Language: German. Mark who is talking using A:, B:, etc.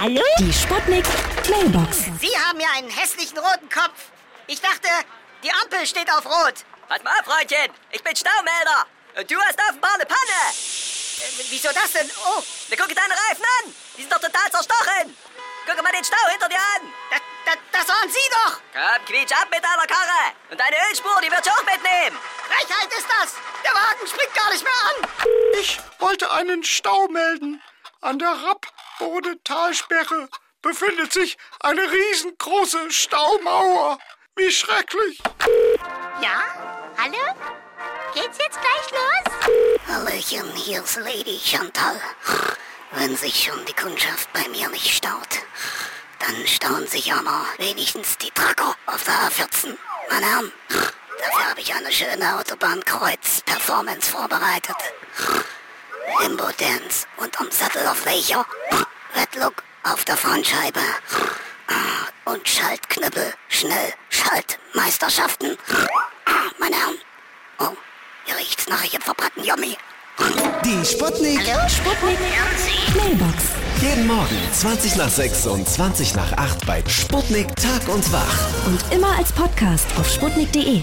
A: Hallo?
B: Die Sputnik Mailbox.
C: Sie haben ja einen hässlichen roten Kopf. Ich dachte, die Ampel steht auf Rot.
D: Pass mal, auf, Freundchen, ich bin Staumelder. Und du hast offenbar eine Panne.
C: Äh, wieso das denn? Oh,
D: Na, guck dir deine Reifen an. Die sind doch total zerstochen. Guck dir mal den Stau hinter dir an.
C: da, da, das waren Sie doch.
D: Komm, quietsch ab mit deiner Karre. Und deine Ölspur, die wird ich auch mitnehmen.
C: Frechheit ist das. Der Wagen springt gar nicht mehr an.
E: Ich wollte einen Stau melden. An der Rappbode Talsperre befindet sich eine riesengroße Staumauer. Wie schrecklich.
F: Ja? Hallo? Geht's jetzt gleich los?
G: Hallöchen, hier ist Lady Chantal. Wenn sich schon die Kundschaft bei mir nicht staut, dann stauen sich aber wenigstens die Tracker auf der A14. Meine Herren, dafür habe ich eine schöne Autobahnkreuz-Performance vorbereitet. Impotenz unterm um Sattel auf welcher? Wetlook auf der Frontscheibe. Ah, Und Schaltknüppel, schnell, Schaltmeisterschaften. Ah, Meine Herren, oh, hier riecht's nach ich hab verbrannten Yummy.
A: Die Sputnik.
B: Sputnik Mailbox.
A: Jeden Morgen 20 nach 6 und 20 nach 8 bei Sputnik Tag und Wach.
B: Und immer als Podcast auf sputnik.de.